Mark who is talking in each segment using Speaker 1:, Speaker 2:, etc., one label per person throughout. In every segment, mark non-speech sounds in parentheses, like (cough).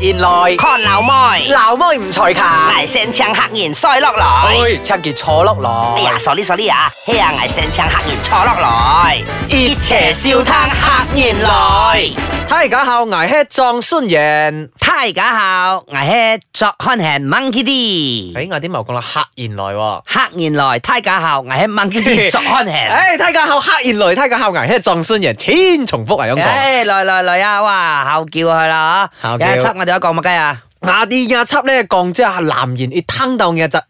Speaker 1: 原來
Speaker 2: 看老妹，
Speaker 1: 鬧妹唔才勤，
Speaker 2: 危聲槍黑然衰落來。
Speaker 1: 哎，趁傑坐落來
Speaker 2: 哎呀，，傻啲傻啲啊！嘿呀，危聲槍黑然坐落來，
Speaker 1: 熱
Speaker 2: 邪笑嘆黑然來。
Speaker 1: 睇家後捱吃壯酸人。
Speaker 2: 太假校，危嘿作看行 monkey 啲。
Speaker 1: 哎，我啲冇講啦，客然來喎。
Speaker 2: 黑然來，太假校，危嘿 monkey 啲作看行。
Speaker 1: 哎，睇家後客然來，睇家後捱吃壯酸人，千重複啊，咁講。
Speaker 2: 誒，來來來啊！哇，校叫佢啦吓，
Speaker 1: 校
Speaker 2: 有
Speaker 1: 叫
Speaker 2: 一輯我哋有講乜雞啊？
Speaker 1: 我啲一輯咧講即係男人一聽到嘅就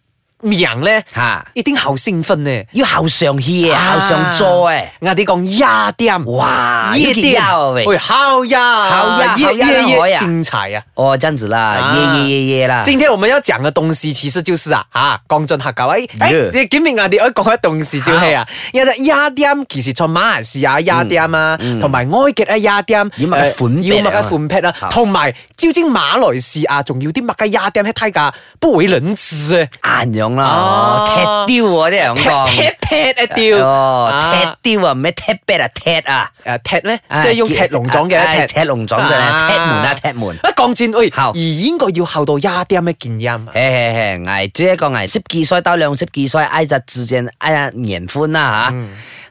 Speaker 1: 名咧，
Speaker 2: 吓，
Speaker 1: 一定好興奮呢。
Speaker 2: 要校上去啊，校上座誒。
Speaker 1: 我哋講一點，
Speaker 2: 哇
Speaker 1: 一
Speaker 2: 呢件
Speaker 1: 點
Speaker 2: 嘢啊喂
Speaker 1: 喂，好呀，
Speaker 2: 好呀
Speaker 1: 耶
Speaker 2: 好呀
Speaker 1: 耶
Speaker 2: 好
Speaker 1: 耶，
Speaker 2: 呀
Speaker 1: 精彩呀！
Speaker 2: 哦，這樣子啦，
Speaker 1: 啊
Speaker 2: 耶耶耶耶啦。
Speaker 1: 今天我們要講的東西其實就是啊，啊，講盡客家話，誒、哎、
Speaker 2: Yeah
Speaker 1: 你今日我哋要講嘅東西就係啊，因為雅典其實在馬來西亞雅典啊，同埋埃及啊雅典，
Speaker 2: 嗯要乜嘅款
Speaker 1: 要
Speaker 2: 式啊
Speaker 1: 乜嘅款式啊，
Speaker 2: 好
Speaker 1: 同埋招尖馬來西亞仲要啲乜嘅雅典喺睇價不為人知啊，
Speaker 2: 硬
Speaker 1: 啊
Speaker 2: 樣啦，踢雕喎，啲人咁講。
Speaker 1: 踢踢踢一掉，
Speaker 2: Ờ, 哦，踢雕啊，唔係踢 bat 啊，踢啊，
Speaker 1: 誒踢咧，
Speaker 2: À,
Speaker 1: 即係用踢龍撞
Speaker 2: 哎
Speaker 1: 嘅踢
Speaker 2: 踢。龍種嘅
Speaker 1: 啊
Speaker 2: 踢門啊，踢門。
Speaker 1: 一講戰，喂，
Speaker 2: 好
Speaker 1: 而應該要後到雅典嘅建音啊。
Speaker 2: 嘿嘿嘿，捱這個捱十幾歲到兩十幾歲，挨就自然挨啊年寬啦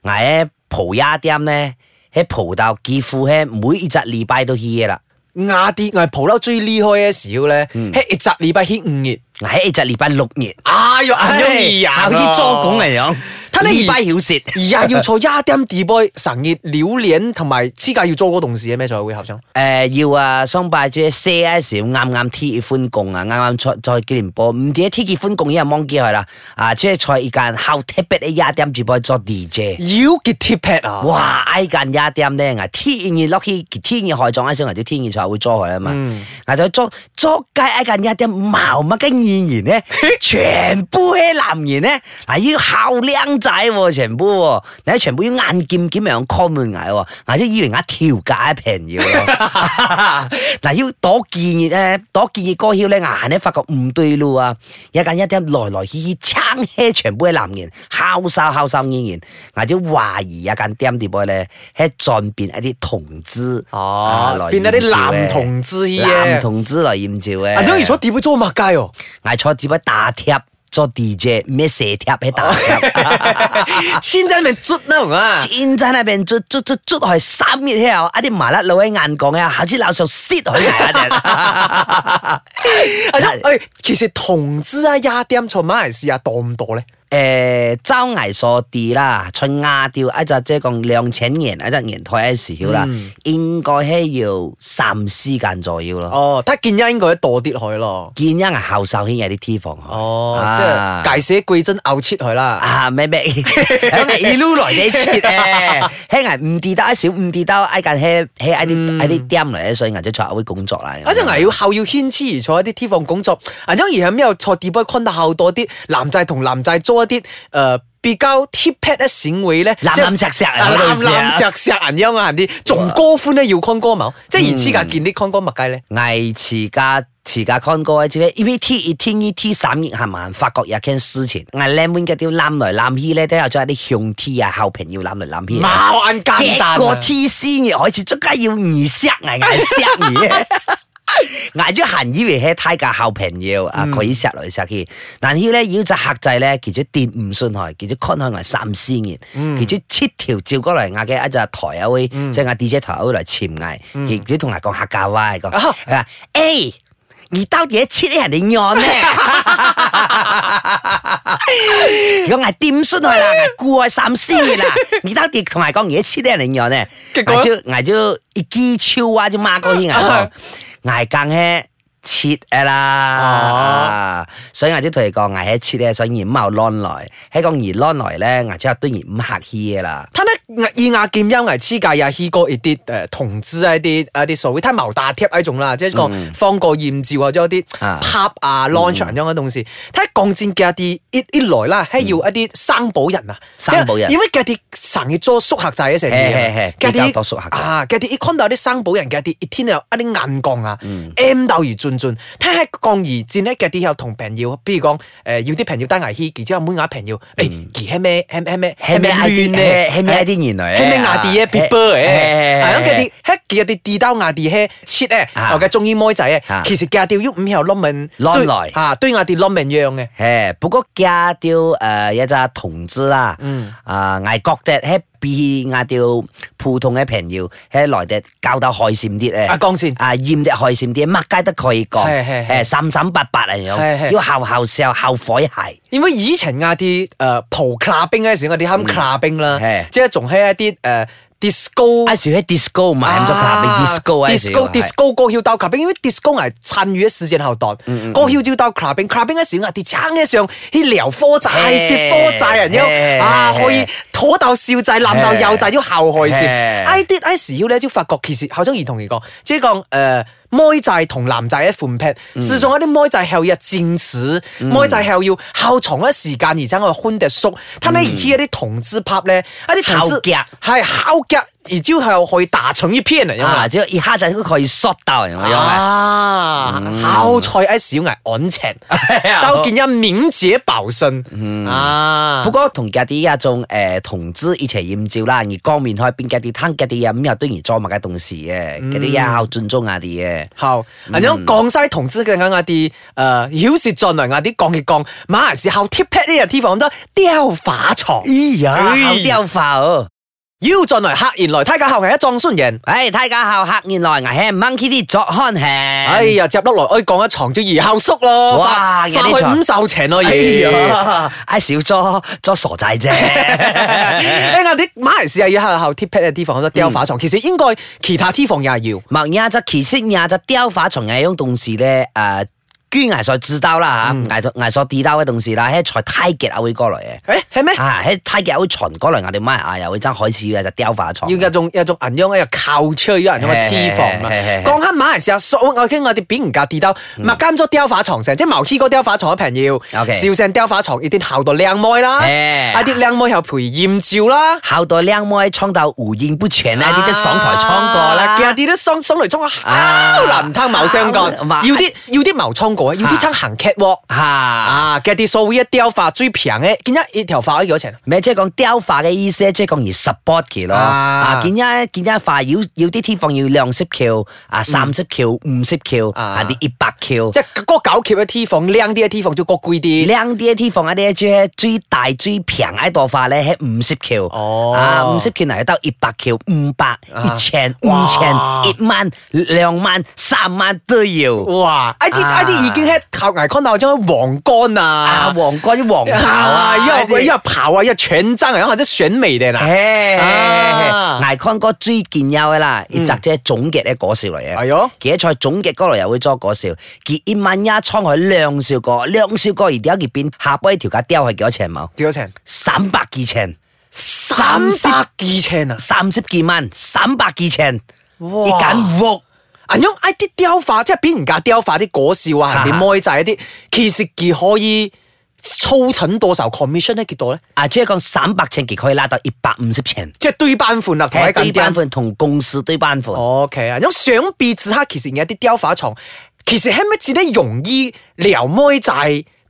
Speaker 2: 吓，捱喺蒲丫店咧，喺蒲到幾乎喺每一隻禮拜都去嘅啦，
Speaker 1: 雅典我係蒲撈最厲害嘅時咧，喺一集禮拜喺五月。
Speaker 2: 捱一隻禮拜六日，
Speaker 1: 哎呦，很容易呀，
Speaker 2: 好似做工嚟樣，
Speaker 1: 睇你
Speaker 2: 禮拜曉蝕。
Speaker 1: 而家要做一點地杯，成日榴蓮同埋黐架要做嗰同事嘅咩？在會後生
Speaker 2: 誒、要啊，雙拜主 C S 要啱啱天結歡共啊，啱啱出再紀念波，唔止天結歡共已經忘記佢啦。啊，即係在一間後 t i p e 廿點主播做 DJ，
Speaker 1: 要結鐵劈啊！
Speaker 2: 哇！挨間廿點咧，啊天熱落去，天熱害撞啱先，或者天熱才會捉佢啊嘛。啊，就捉捉街挨間廿點毛乜嘅演員咧，全部係男人咧，嗱要校靚仔喎，全部喎，你全部要眼劍劍樣 common 嗌喎，嗱即以為嗌調解平要咯。嗱，要多建議咧，多建議歌曉咧，硬咧發覺唔對路啊！一間一啲來來去去撐起全部嘅男人，敲哨敲哨演員，或者懷疑一間店啲波咧，喺轉變一啲同志啊
Speaker 1: 哦
Speaker 2: 來，
Speaker 1: 變咗啲
Speaker 2: 艷照
Speaker 1: 男
Speaker 2: 嘅
Speaker 1: 同志
Speaker 2: 男
Speaker 1: 嘅。
Speaker 2: 同志來艷照嘅。
Speaker 1: 啊，因為坐地杯做乜街哦？
Speaker 2: 嗌錯只不打貼做 DJ 咩射貼喺打貼。
Speaker 1: (laughs) 千真咪卒啦，係嘛？ (laughs)
Speaker 2: 千真喺邊捽捽捽捽去三月之後，一啲麻甩佬喺眼角啊，下次鬧上 sit 佢啊！
Speaker 1: 啊，因哎其實同志啊，廿點坐馬來西亞多唔多咧？
Speaker 2: 誒，周藝所啲啦，春亞調一隻即係講兩千年，一隻年台一時曉啦，應該係要三四間左右咯。
Speaker 1: 哦，得見一應該多啲去咯。
Speaker 2: 見一係後手圈有啲 T 房去
Speaker 1: 哦，即
Speaker 2: 啊
Speaker 1: 係解寫貴真拗切佢啦。
Speaker 2: 啊咩咩，響係一路來你切誒，輕人唔地得一少，唔地得挨間喺喺喺啲喺啲店嚟，所以人就才會工作啦。
Speaker 1: 啊，即係要後要牽黐而坐一啲 T 房工作，啊，因而係咩又坐 d e b o 坤得後多啲男仔同男仔做一啲誒、呃比較 T pat 嘅閃會咧，
Speaker 2: 藍
Speaker 1: 即係
Speaker 2: 藍石石啊
Speaker 1: 啊
Speaker 2: 嗰
Speaker 1: 藍
Speaker 2: 度
Speaker 1: 藍石石人樣啊，人啲仲歌歡咧要 con 歌冇，即係而黐架見啲 con 歌物雞咧，
Speaker 2: 危持家持家 con 哥知唔知？因為 T 一天一 T 三熱係慢發覺有件事情，危靚妹嘅啲攬來攬去咧，都有咗一啲向 T 啊後平要攬來攬去。
Speaker 1: 冇眼簡單
Speaker 2: 結
Speaker 1: 啊
Speaker 2: 果 T 先熱開始，即刻要二石危危石而。挨咗閒以為係太價後平要啊，佢石來石去，但係咧要隻客仔咧，其實跌唔信佢，其實 con 佢係啊三千嘅，其實七條照過嚟嗌嘅一隻台啊會，即係嗌 DJ 台啊會嚟潛藝，其實同人講客家話講，
Speaker 1: 啊
Speaker 2: 佢哎話誒，你到底切啲人哋案咩？如果嗌點信佢啦，嗌過三千嘅啦，你到底同埋講嘢切啲人哋案咧？
Speaker 1: 結果
Speaker 2: 嗌咗挨咗一支超啊，只孖哥先挨講，挨更咧切啊啦，所以挨咗同佢講挨喺切咧，所以而唔後攞來，喺講而攞來咧，挨咗又當然唔客氣嘅啦。
Speaker 1: 他咧以牙劍優牙黐架又牽過一呃啲誒同志啊一啲呃一啲所謂，他毛大貼啊一種啦，即係講放個豔照或者一啲
Speaker 2: 嗯啊
Speaker 1: pop 啊 launch 咁樣嘅東西。睇鋼戰嘅啊一啲一一來啦，係要一啲生保人啊，
Speaker 2: 嗯生保人
Speaker 1: 即係因為嘅啲成日做宿客仔啊嘅成
Speaker 2: 嘿嘿嘿
Speaker 1: 嘅
Speaker 2: 比較
Speaker 1: 啲
Speaker 2: 多宿客仔
Speaker 1: 啊嘅啲一 con 到啲生保人嘅啲一天有一啲眼光啊，M 到而進轉轉，睇下降而戰咧嘅啲有同朋友，比如講誒、呃要啲朋友單牙醫，然之後每牙朋友，誒而係咩係咩係咩
Speaker 2: 係咩 ID
Speaker 1: 咧？
Speaker 2: 係咩 ID 原來
Speaker 1: 係咩牙啲嘢 people 誒？係咁佢啲係佢啲地道牙啲嘢切咧，
Speaker 2: 啊
Speaker 1: 我嘅中醫妹仔咧
Speaker 2: 啊，
Speaker 1: 其實佢哋要唔係攞命
Speaker 2: 攞
Speaker 1: 對
Speaker 2: 來
Speaker 1: 啊，對牙啲攞命樣嘅。
Speaker 2: 嘿，不過加掉誒呃一隻同志啦，
Speaker 1: 嗯
Speaker 2: 啊，我覺得喺比亞掉普通嘅朋友喺內地教得開心啲咧。
Speaker 1: 啊講先
Speaker 2: 啊，厭得開心啲，乜街都可以講，
Speaker 1: 係係係
Speaker 2: 誒，三三八八嚟
Speaker 1: 係
Speaker 2: 樣，
Speaker 1: 係
Speaker 2: 要後後笑後火係。
Speaker 1: 因為以前嗰啲誒蒲 clubbing 嗰陣時，我哋喊 clubbing 啦
Speaker 2: 係，
Speaker 1: 即係仲係一啲誒 disco
Speaker 2: 嗰。時喺啊 disco 唔係咁
Speaker 1: 哦
Speaker 2: 多
Speaker 1: 啊
Speaker 2: club，disco 嗰時
Speaker 1: disco disco 歌曉到 clubbing，因為 disco 係參與喺市政後代，
Speaker 2: 嗯
Speaker 1: 歌曉要到 clubbing，clubbing 嗰時我哋撐一上去撩科債、涉科債人
Speaker 2: 嘿
Speaker 1: 妖啊，
Speaker 2: 嘿
Speaker 1: 可以左到少債、男到右債，要後害先。
Speaker 2: 嘿
Speaker 1: I did I 時要咧，就發覺其實後生兒童嚟講，即係講誒。妹仔同男仔一款 pat，事實
Speaker 2: 嗯
Speaker 1: 上嗰啲妹仔後要戰士，妹仔後要後藏一時間，而且我寬嘅縮，睇
Speaker 2: 嗯
Speaker 1: 你而家啲同志拍咧，一啲同
Speaker 2: 後
Speaker 1: 志
Speaker 2: 夾
Speaker 1: 係後夾，而之後可以打成一片啊，因為
Speaker 2: 啊，只要一下就都可以 shot 到，有冇？ (laughs)
Speaker 1: 啊，烤菜一小藝安情，都見一免者爆信啊
Speaker 2: 不。過同嗰啲一種誒同志一齊豔照啦，而光面開邊嗰啲攤嗰啲嘢，啊咁又當然裝埋嘅同事嘅，嗰啲啊嘢好尊重下啲啊嘅。
Speaker 1: 好，咁樣江西同志嘅啱啱啲誒曉舌進嚟，啱啲降血降，馬來西亞 tip pat 呢日 t 房都雕化床，
Speaker 2: 哎呀，好雕化哦！
Speaker 1: 腰進嚟客人來，睇下後藝一撞孫人。
Speaker 2: 哎，大家好，客原來我係 monkey 啲作看戲。
Speaker 1: 哎
Speaker 2: 哎
Speaker 1: 呀，接落來，哎，降一床就而後縮咯，
Speaker 2: 哇
Speaker 1: 發
Speaker 2: 有啲
Speaker 1: 發
Speaker 2: 床
Speaker 1: 去五受情咯，
Speaker 2: 哎
Speaker 1: 而。
Speaker 2: 呀，哎少咗咗傻仔
Speaker 1: (laughs)
Speaker 2: 啫。(laughs)
Speaker 1: 哎，啱啲馬來西亞要後 tip pat 嘅 t 房都雕化床，其實應該其他 t 房也係要。
Speaker 2: 莫呀，就其實呀，就雕花從嘅一種同事咧，誒。捐藝術指導啦
Speaker 1: 嗯
Speaker 2: 嚇，藝術藝術指導嘅同事啦，喺在泰極啊會過來嘅。
Speaker 1: 誒，係咩？
Speaker 2: 啊！喺泰嘅會傳過嚟，我哋媽啊又會爭海事嘅就雕化床。
Speaker 1: 要有一種有一種銀樣又靠出一人咁嘅 T 房啦
Speaker 2: 係係係。係
Speaker 1: 講下馬來西亞所我傾我哋扁唔格跌兜，麥間咗雕化床成，即係茅 K 哥雕化床嘅朋友，
Speaker 2: OK
Speaker 1: 笑聲雕化床一啲後到靚妹啦，
Speaker 2: 係
Speaker 1: 一啲靚妹又陪豔照啦。
Speaker 2: 後代靚妹創到胡燕不全啦，啲都上台衝過啦。
Speaker 1: 嘅啊啲都上上嚟衝啊，
Speaker 2: 啊
Speaker 1: 好難貪謀相干，
Speaker 2: 啊
Speaker 1: 要啲要啲謀衝過，要啲撐行 catwalk
Speaker 2: 嚇
Speaker 1: 啊，嘅啲所謂一雕化最平嘅，見一一條化咗幾多錢啊？
Speaker 2: 咩即係講雕化嘅意思，即係講而 support 佢咯。
Speaker 1: 啊
Speaker 2: 啊，見一見一化要要啲天放要兩色橋啊，三色橋、五色橋
Speaker 1: 啊
Speaker 2: 啊，啲一百橋。
Speaker 1: 即係嗰九橋嘅 T 房，靚啲嘅 T 房就高貴啲。
Speaker 2: 靚啲嘅地方，一啲最最大最平嘅朵花咧，喺五十橋，
Speaker 1: 哦
Speaker 2: 啊五十橋嚟到一百橋、五百、一千、五千、一萬、兩萬、三萬都要。
Speaker 1: 哇！呢啲
Speaker 2: 啊
Speaker 1: 呢啲已經係靠危康鬧將黃干
Speaker 2: 啊，
Speaker 1: 啊，
Speaker 2: 皇冠皇袍
Speaker 1: (laughs)
Speaker 2: 啊，
Speaker 1: 因為
Speaker 2: 呢
Speaker 1: 因
Speaker 2: 啲
Speaker 1: 為跑啊，因為全真啊，或者選美嘅啦。
Speaker 2: 嘿
Speaker 1: 啊
Speaker 2: 艾康哥最健優嘅啦，一集即係總結咧嗰笑嚟嘅。
Speaker 1: 係喲
Speaker 2: 佢一賽總結嗰度又會作嗰笑，佢一萬一倉海兩笑過，兩笑過而點解佢變下波呢條價雕係幾多錢冇？
Speaker 1: 幾多錢？
Speaker 2: 三百幾錢。
Speaker 1: 三百幾千啊！
Speaker 2: 三十幾萬，三百幾千，
Speaker 1: 哇
Speaker 2: 你揀屋
Speaker 1: 啊，因為呢啲雕化，即係俾人家雕化啲果笑啊，
Speaker 2: 啊
Speaker 1: 人哋妹仔一啲，其實佢可以操診多少 commission 咧？幾多咧？
Speaker 2: 啊，即係講三百千，佢可以拉到一百五十千，
Speaker 1: 即係對班款啦，同一
Speaker 2: 係
Speaker 1: 間
Speaker 2: 對
Speaker 1: 店
Speaker 2: 班。款同公司對班款，
Speaker 1: O K 啊，咁想必此刻其實有啲雕花床，其實係咪只得容易撩妹仔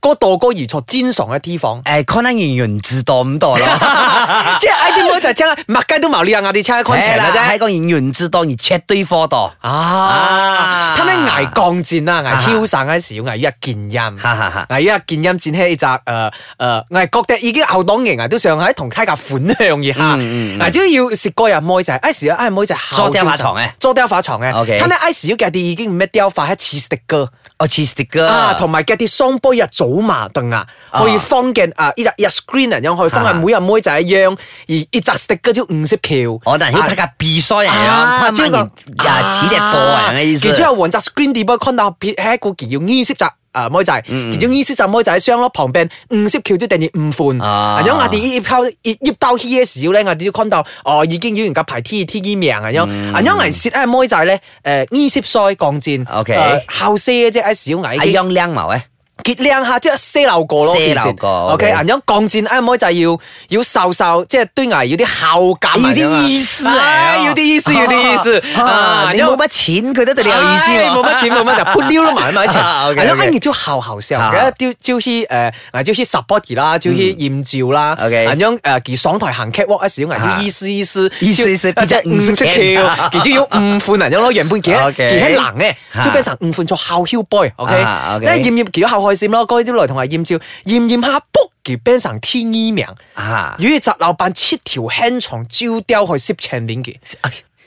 Speaker 1: 嗰度個而坐尖上嘅 T 房？
Speaker 2: 誒，可能原源自多咁多咯，
Speaker 1: (laughs) 即係呢啲妹仔真係麥雞都冇呢啊，我哋差 c o
Speaker 2: (laughs) 係啦，
Speaker 1: 嘅
Speaker 2: 喺
Speaker 1: 啫。
Speaker 2: 個原源自多而 check 對貨多，
Speaker 1: 啊，
Speaker 2: 啊
Speaker 1: 睇你挨降戰啦，挨
Speaker 2: 啊
Speaker 1: 囂散嗰時要挨一見音。
Speaker 2: (laughs) 哈哈哈。
Speaker 1: 嗱，依家見音戰起呢集，誒、呃、誒，呃我係覺得已經後黨型啊，都上喺同溪嘅款向而下。
Speaker 2: 嗯嗯嗯
Speaker 1: 啊嗱，只要食過人妹仔，I 時啊，I 妹仔
Speaker 2: 做雕花床嘅
Speaker 1: 做雕花床嘅。
Speaker 2: OK
Speaker 1: 睇下 I 時要嘅啲已經唔咩雕花，係似食嘅。
Speaker 2: 我似 s 哥，
Speaker 1: 啊，同埋嘅啲雙杯啊、組麻凳啊，
Speaker 2: 啊
Speaker 1: 可以放嘅啊，依隻一 screen 人樣可以放係
Speaker 2: 啊
Speaker 1: 每人妹仔一樣，而依隻食嗰招五色橋。
Speaker 2: 我哦但係睇下比賽人
Speaker 1: 啊，
Speaker 2: 樣，佢
Speaker 1: 個
Speaker 2: 萬然呀似隻個人嘅意思，
Speaker 1: 然之後換隻 screen 碟波 con 到撇喺個叫衣色集。啊，妹仔，然之後衣色集妹仔雙咯，旁邊五色橋都定住五款。
Speaker 2: 啊
Speaker 1: 然後我哋依包依依包 h e 少咧，我哋要 con 到哦，已經要人家排 T T 衣命啊，因啊因為蝕啊妹仔咧，誒衣色衰降戰
Speaker 2: OK
Speaker 1: 後些啫，一小矮
Speaker 2: 阿
Speaker 1: 嘅啊
Speaker 2: 央靚毛咧，
Speaker 1: 傑靚下，即係射漏過咯，
Speaker 2: 射漏
Speaker 1: 件事
Speaker 2: 過
Speaker 1: ，OK，
Speaker 2: ，OK
Speaker 1: 人樣鋼箭啱開就係要要瘦瘦，即係端牙要啲孝感嚟㗎嘛
Speaker 2: 要哎啲意思嚟啊
Speaker 1: 啊，要啲意思，要啲意思
Speaker 2: 啊你
Speaker 1: 因為
Speaker 2: 冇乜錢，佢都對你有意思
Speaker 1: 唉
Speaker 2: 喎。
Speaker 1: 冇乜錢冇
Speaker 2: (laughs)
Speaker 1: 乜就不溜啦埋埋一齊。
Speaker 2: 啊，OK，OK
Speaker 1: 係咯，跟住都好好笑
Speaker 2: 啊
Speaker 1: 嘅，招招去誒，啊招去 support 啦，招去豔照啦
Speaker 2: OK
Speaker 1: 咁樣誒，佢上台行 catwalk 嗰時，人要
Speaker 2: 啊
Speaker 1: 意思意思，
Speaker 2: 意思意思
Speaker 1: 招啊即係唔識
Speaker 2: (laughs)
Speaker 1: 跳，其中要五款人樣咯，原本其實
Speaker 2: OK
Speaker 1: 其實冷嘅，
Speaker 2: 啊
Speaker 1: 就變成五款做校 h boy，OK，
Speaker 2: 啊，OK
Speaker 1: 咧豔豔其實好開心咯，嗰啲來同埋豔照，豔豔下 book 佢變成天衣名，
Speaker 2: 啊，
Speaker 1: 與集老闆切條輕床招雕去攝前面嘅，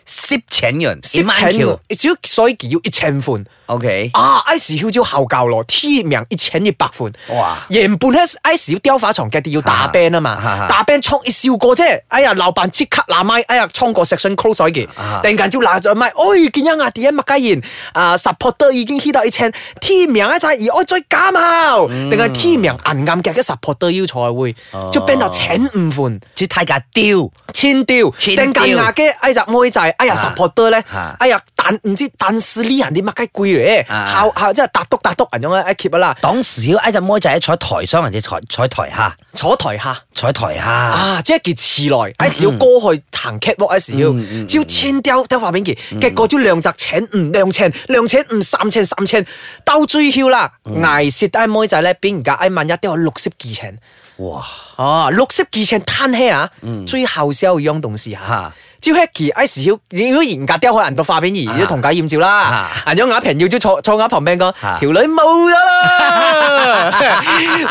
Speaker 2: 攝請人，攝
Speaker 1: 攝
Speaker 2: 請
Speaker 1: 前
Speaker 2: 橋。，
Speaker 1: 所以佢要一千款。
Speaker 2: OK，
Speaker 1: 啊！I 時要招後教咯，天命一千一百款。
Speaker 2: 哇
Speaker 1: 原本咧 I 時要雕花床嘅啲要打 band 啊
Speaker 2: 啊
Speaker 1: 嘛
Speaker 2: 啊，
Speaker 1: 打 band 衝一笑過啫。哎呀，老闆即刻拿麥，哎呀，衝過 section close 水嘅，
Speaker 2: 啊
Speaker 1: 突然間就拿咗麥，哎，見一壓啲麥家言啊，supporter 已經 hit 到一千，天命一陣而我再減後，定係天命銀暗嘅嘅 supporter 要才會，就變到請五款。
Speaker 2: 即係太架雕。
Speaker 1: 千雕，
Speaker 2: 千
Speaker 1: 定
Speaker 2: 雕
Speaker 1: 近牙嘅哎呀妹仔，哎呀
Speaker 2: 啊
Speaker 1: support 咧
Speaker 2: 啊，
Speaker 1: 哎呀但唔知但是呢人啲乜雞攰嚟，
Speaker 2: 啊
Speaker 1: 考考即係搭督搭督人樣咧，一 keep 啦，
Speaker 2: 當時嗰只妹仔喺坐台上，人哋坐坐台下，
Speaker 1: 坐台下
Speaker 2: 坐台下。
Speaker 1: 啊，即係件遲來，哎時要歌去行 catwalk，哎時要招千雕雕化炳傑，結果招兩隻請唔兩千兩千唔三千三千，到最後啦，挨蝕哎妹仔咧，俾人家哎萬一都有六十幾千。
Speaker 2: 哇！
Speaker 1: 哦，綠色幾千攤起啊，最後先有樣東西嚇
Speaker 2: 啊。
Speaker 1: 照 Hacky I 時要如果嚴格雕可能到化片而
Speaker 2: 啊
Speaker 1: 都同解豔照啦，
Speaker 2: 啊
Speaker 1: 人咗眼平要咗坐坐眼旁邊講
Speaker 2: 啊
Speaker 1: 條女冇咗
Speaker 2: (laughs)
Speaker 1: 啦，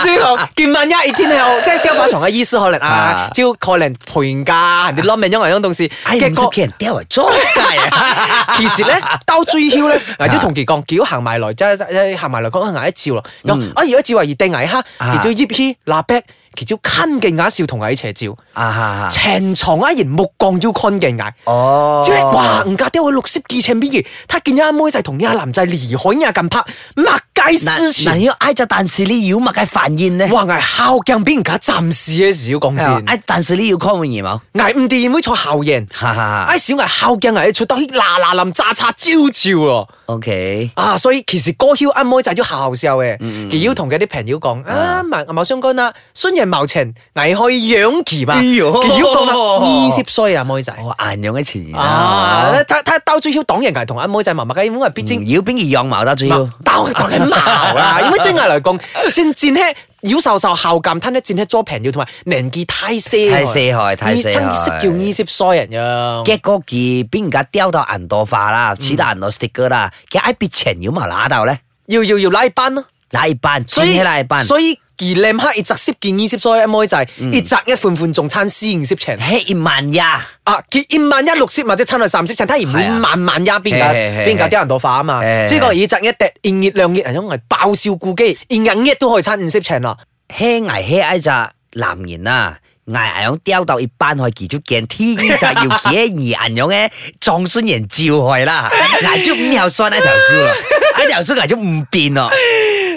Speaker 1: 之後見萬一一天後，
Speaker 2: (laughs)
Speaker 1: 跟住雕化床嘅醫師可能啊
Speaker 2: 啊，
Speaker 1: 招可能陪嫁人哋攞命，因為樣東西，
Speaker 2: 哎，
Speaker 1: 結
Speaker 2: 唔識
Speaker 1: 果
Speaker 2: 俾人雕嚟裝界啊！
Speaker 1: 其實咧，兜追囂
Speaker 2: (laughs)
Speaker 1: 咧，嗱，都同佢講，叫行埋來，即係行埋來講牙一照咯。咁啊，而家照話而定牙哈，
Speaker 2: 啊
Speaker 1: 佢就醃起蠟筆，佢就近嘅眼笑同牙斜照，
Speaker 2: 啊哈！
Speaker 1: 全床一然目光要看嘅眼。
Speaker 2: 哦，
Speaker 1: 即係哇，人家都去綠色記前邊嘅，他見一妹仔同一男仔離海呀近拍，麥雞
Speaker 2: 嗱
Speaker 1: 思
Speaker 2: 嗱
Speaker 1: 前，
Speaker 2: 要挨咗但是呢妖物嘅繁宴咧，
Speaker 1: 哇！牙孝鏡俾人家暫時嘅時要講
Speaker 2: 係啊
Speaker 1: 真，
Speaker 2: 挨但是呢要 call 換冇？
Speaker 1: 牙唔掂妹坐後贏，
Speaker 2: 哈哈
Speaker 1: 啊小牙孝鏡牙出到嗱嗱臨炸擦招照咯。
Speaker 2: ，OK，
Speaker 1: 啊，所以其實歌曉阿妹仔都好笑嘅，佢要同佢啲朋友講啊，謀謀相干啦，雖然謀情，危害養兒嘛，
Speaker 2: 哎
Speaker 1: 佢
Speaker 2: 呦
Speaker 1: 要講啦，二十歲啊妹仔，
Speaker 2: 我硬養嘅前言
Speaker 1: 啊
Speaker 2: 啊，，
Speaker 1: 他他到最後黨人係同阿妹仔麻麻嘅，因為畢
Speaker 2: 嗯
Speaker 1: 竟
Speaker 2: 妖邊而養毛得主要
Speaker 1: 嘛。鬥鬥緊矛啦，因為對我嚟講，戰戰喺妖獸獸後鑑吞咧，戰喺左朋友同埋年紀太細，
Speaker 2: 太細害太細害
Speaker 1: 真識叫二十歲人樣，
Speaker 2: 嘅嗰件俾人家雕到銀朵化啦，似得銀朵 sticker 啦，嘅喺別前妖嘛乸到咧，
Speaker 1: 要要要拉班咯。
Speaker 2: 拉一班，
Speaker 1: 所
Speaker 2: 剪
Speaker 1: 以
Speaker 2: 起拉一班，
Speaker 1: 所以而靚黑，一集攝件二攝所以一妹仔，一集一款款仲餐私然攝情。
Speaker 2: 嘿一萬呀，
Speaker 1: 啊，結一萬一六攝或者餐去三攝情，睇唔
Speaker 2: 係
Speaker 1: 會
Speaker 2: 啊
Speaker 1: 萬萬一邊架
Speaker 2: 係係係
Speaker 1: 邊架啲人度化啊嘛。
Speaker 2: 係係
Speaker 1: 即係個一集一滴，熱熱兩熱人因為爆笑顧機，熱硬一都可以餐五攝情啦。
Speaker 2: 嘿挨嘿挨只男人啊。挨人雕到一班去技術鏡，天衣就要企喺二人樣嘅 (laughs) 撞孫人照去啦，挨咗五條孫喺條書
Speaker 1: (laughs)
Speaker 2: 啦，喺條書挨咗五遍咯，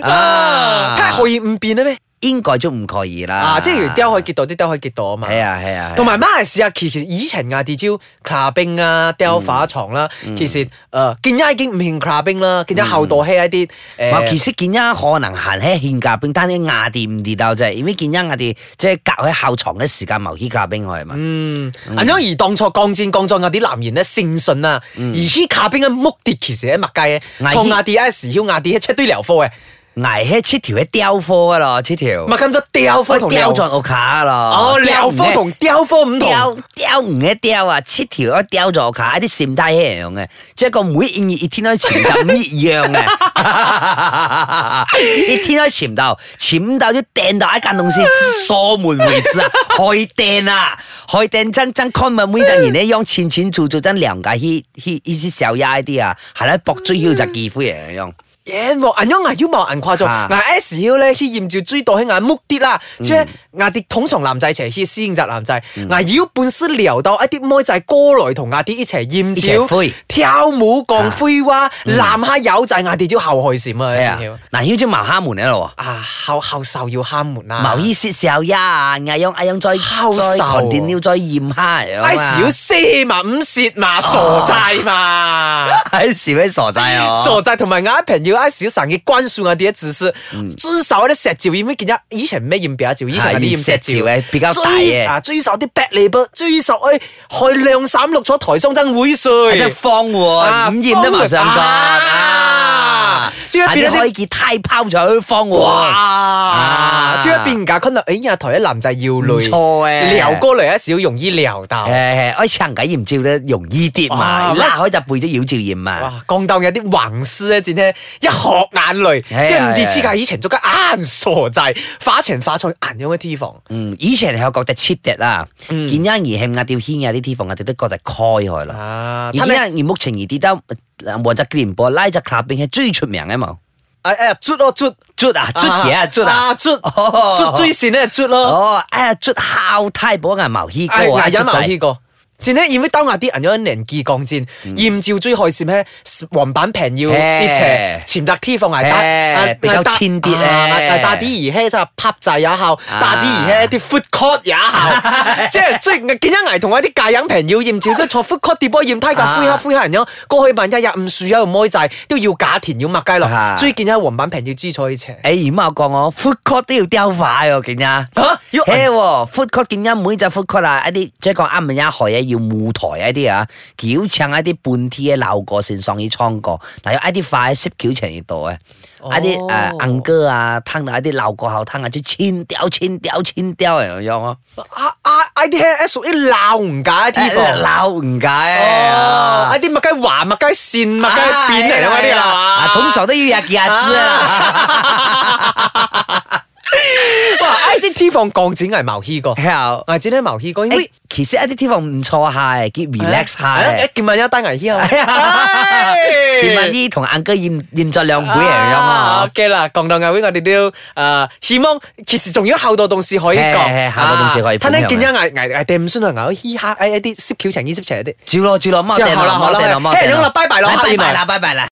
Speaker 2: 啊，
Speaker 1: 睇下可以唔變咧咩？
Speaker 2: 應該都唔可以啦，
Speaker 1: 啊，即係條雕可以結到啲雕可以結到啊嘛。
Speaker 2: 係啊係啊，
Speaker 1: 同埋馬來西亞其實以前亞地招 clubbing 啊、雕化床啦，其實誒見一已經唔興 clubbing 啦，見一後代起一啲
Speaker 2: 我
Speaker 1: 誒
Speaker 2: 其。實見一可能行喺獻價冰，但係牙啲唔跌到啫，因為見一牙啲即係隔喺後床嘅時間冇起價冰去嘛。
Speaker 1: 嗯，咁樣而當初鋼戰鋼作嗰啲男人咧誠信啊，而依卡邊嘅目的其實喺麥雞嘅，
Speaker 2: 危險
Speaker 1: 創亞啲 S 曉亞啲一出堆療科嘅，
Speaker 2: 牙喺切條喺雕科噶咯，切條
Speaker 1: 咪咁咗雕科同
Speaker 2: 雕咗我卡咯。
Speaker 1: 哦療科同雕科
Speaker 2: (laughs)
Speaker 1: 唔
Speaker 2: 雕
Speaker 1: 同，
Speaker 2: 雕唔嘅雕啊，切條一雕咗我卡，一啲閃低一樣嘅，即係個妹一一天都潛到唔一樣 (laughs) 嘅，一天都潛到，潛到就掟到一間東西鎖門為止啊，開掟啊，開掟真真 con 咪每陣然呢樣淺淺做做真涼噶，去去去啲小丫一啲啊，係啦，搏追要就幾乎樣樣，
Speaker 1: 耶喎，咁樣牙妖冇人誇張，
Speaker 2: 啊
Speaker 1: 牙 S 曉咧佢驗住追到喺眼目啲啦，即係嗌啲通常男仔一齊 hit 先集男仔，嗌要本身撩到一啲妹仔過來同嗌啲一齊
Speaker 2: 一齊
Speaker 1: 豔
Speaker 2: 灰
Speaker 1: 照、跳舞、講灰話，男下有仔嗌啲招後去閃啊！有
Speaker 2: à?
Speaker 1: 時要
Speaker 2: 嗱，要咗矛蝦門喺度喎。
Speaker 1: 啊，後後受要敲門啦，
Speaker 2: 毛衣雪少呀，阿勇阿勇再
Speaker 1: 烤
Speaker 2: 再
Speaker 1: 瘦啊
Speaker 2: 狂電要再驗下
Speaker 1: 哎
Speaker 2: 嚟啊嘛
Speaker 1: 小，些嘛，五舌嘛，傻仔嘛。
Speaker 2: 哎小咩傻仔啊！
Speaker 1: 傻仔同埋嗌一平要嗌小神嘅關注我哋嘅知識，追手啲石照，已經見一以前咩染白照，以前嗰啲染石
Speaker 2: 係
Speaker 1: 照
Speaker 2: 染石照嘅比較大嘅
Speaker 1: 追啊，追手啲 back l a b 追手去去兩三六坐台上真會
Speaker 2: 啊真係
Speaker 1: 帥。
Speaker 2: 方喎，
Speaker 1: 啊
Speaker 2: 五驗都冇上過
Speaker 1: 方喎
Speaker 2: 啊
Speaker 1: 啊！即係
Speaker 2: 下
Speaker 1: 變
Speaker 2: 啲
Speaker 1: 咗啲
Speaker 2: 可以結太拋咗方喎，
Speaker 1: 啊哇！即係變架可能，哎呀，台啲男仔要
Speaker 2: 啊唔
Speaker 1: 累，
Speaker 2: 錯誒。
Speaker 1: 撩過嚟一少容易撩到。
Speaker 2: 誒，我層緊鹽照得容易啲
Speaker 1: 哇
Speaker 2: 嘛，拉開就背咗妖照鹽啊！
Speaker 1: 哇，講到有啲橫絲咧，只咧一殼眼淚，
Speaker 2: 係啊
Speaker 1: 即係唔
Speaker 2: 係啊
Speaker 1: 知黐架以前做緊眼傻仔，花錢花錯眼樣嘅 T 房。
Speaker 2: 嗯，以前係我覺得 cheat 啦，見
Speaker 1: 嗯
Speaker 2: 因而係壓掉牽啊啲地方，我哋都覺得開開啦。
Speaker 1: 啊，
Speaker 2: 而家而目前而啲得黃澤健波拉隻 club 係最出名嘅嘛，
Speaker 1: 哎哎呀，捽咯捽，
Speaker 2: 捽啊捽嘢啊捽啊，
Speaker 1: 啊捽，
Speaker 2: 哦
Speaker 1: 捽追線咧捽 (laughs) 咯，
Speaker 2: 哦哎呀捽孝太保牙毛希哥
Speaker 1: 哎
Speaker 2: 啊
Speaker 1: 牙忍
Speaker 2: 捽
Speaker 1: 埋
Speaker 2: 仔
Speaker 1: 呢，個。前呢，因為兜牙啲人有人技降戰，豔照追害線咩？黃板平要
Speaker 2: 嘿
Speaker 1: 啲斜潛特 T 放牙打，
Speaker 2: 嘿
Speaker 1: 啊
Speaker 2: 比較
Speaker 1: 打
Speaker 2: 淺啲咧
Speaker 1: 啊啊打啲兒嘿就係拍仔也效，
Speaker 2: 啊
Speaker 1: 打啲兒嘿啲 foot court 也
Speaker 2: (laughs)
Speaker 1: 效，即係即係見一牙同一啲界影平要豔照，即係坐 foot court 跌波豔梯架灰黑灰黑人樣，過去萬一日唔樹喺度妹仔，都要假田要麥雞
Speaker 2: 啊
Speaker 1: 落，追見一黃板平要知錯去斜。
Speaker 2: 哎而媽我講我 food court 都要雕化喎，見呀。
Speaker 1: 嚇要
Speaker 2: 嘿喎，food court 見一每隻 food court 啊，一啲即係講啱唔啱害啊，要舞台一啲啊，繳唱一啲半 T 嘅鬧過線上要唱過，但有一啲快攝繳唱熱度啊，
Speaker 1: 哦
Speaker 2: 一啲誒硬歌啊，聽到一啲鬧過後聽下啲千雕千雕千雕咁樣咯，
Speaker 1: 啊啊！I D S 屬於鬧唔解
Speaker 2: 哎
Speaker 1: T 房，
Speaker 2: 鬧唔解
Speaker 1: 哦
Speaker 2: 啊，
Speaker 1: ，I 啲麥雞華、麥雞線、麥
Speaker 2: À,
Speaker 1: 雞扁嚟嗰啲係
Speaker 2: 啊，
Speaker 1: 嘛？
Speaker 2: 通常都要日幾日知啊，
Speaker 1: 哇！I 啲 T 房鋼剪係毛希哥，
Speaker 2: 後。
Speaker 1: 我係剪咧毛希哥，因為
Speaker 2: 哎其實一啲地方唔錯下嘅，叫 relax
Speaker 1: 係
Speaker 2: 下
Speaker 1: 啊
Speaker 2: (laughs) 嘅
Speaker 1: 一。見萬一單危險啊！
Speaker 2: 甜蜜啲同硬哥驗驗咗兩杯一樣啊！
Speaker 1: À, ！OK 啦，講到牛會我哋都要誒，希望其實仲要後度動事可以
Speaker 2: 係係
Speaker 1: 講，
Speaker 2: 後度動事可以
Speaker 1: 睇
Speaker 2: 分享
Speaker 1: 咧見咗危危危掟唔酸啊，危嘻哈誒一啲涉橋情、意涉邪一啲。
Speaker 2: 照咯照咯，踎定
Speaker 1: 之後
Speaker 2: 咯
Speaker 1: 啦
Speaker 2: 踎定咯踎定
Speaker 1: 好啦好啦聽日
Speaker 2: 咯，
Speaker 1: 啦拜拜咯
Speaker 2: 拜
Speaker 1: 黑
Speaker 2: 拜
Speaker 1: 面
Speaker 2: 拜
Speaker 1: 啊
Speaker 2: 啦拜拜啦。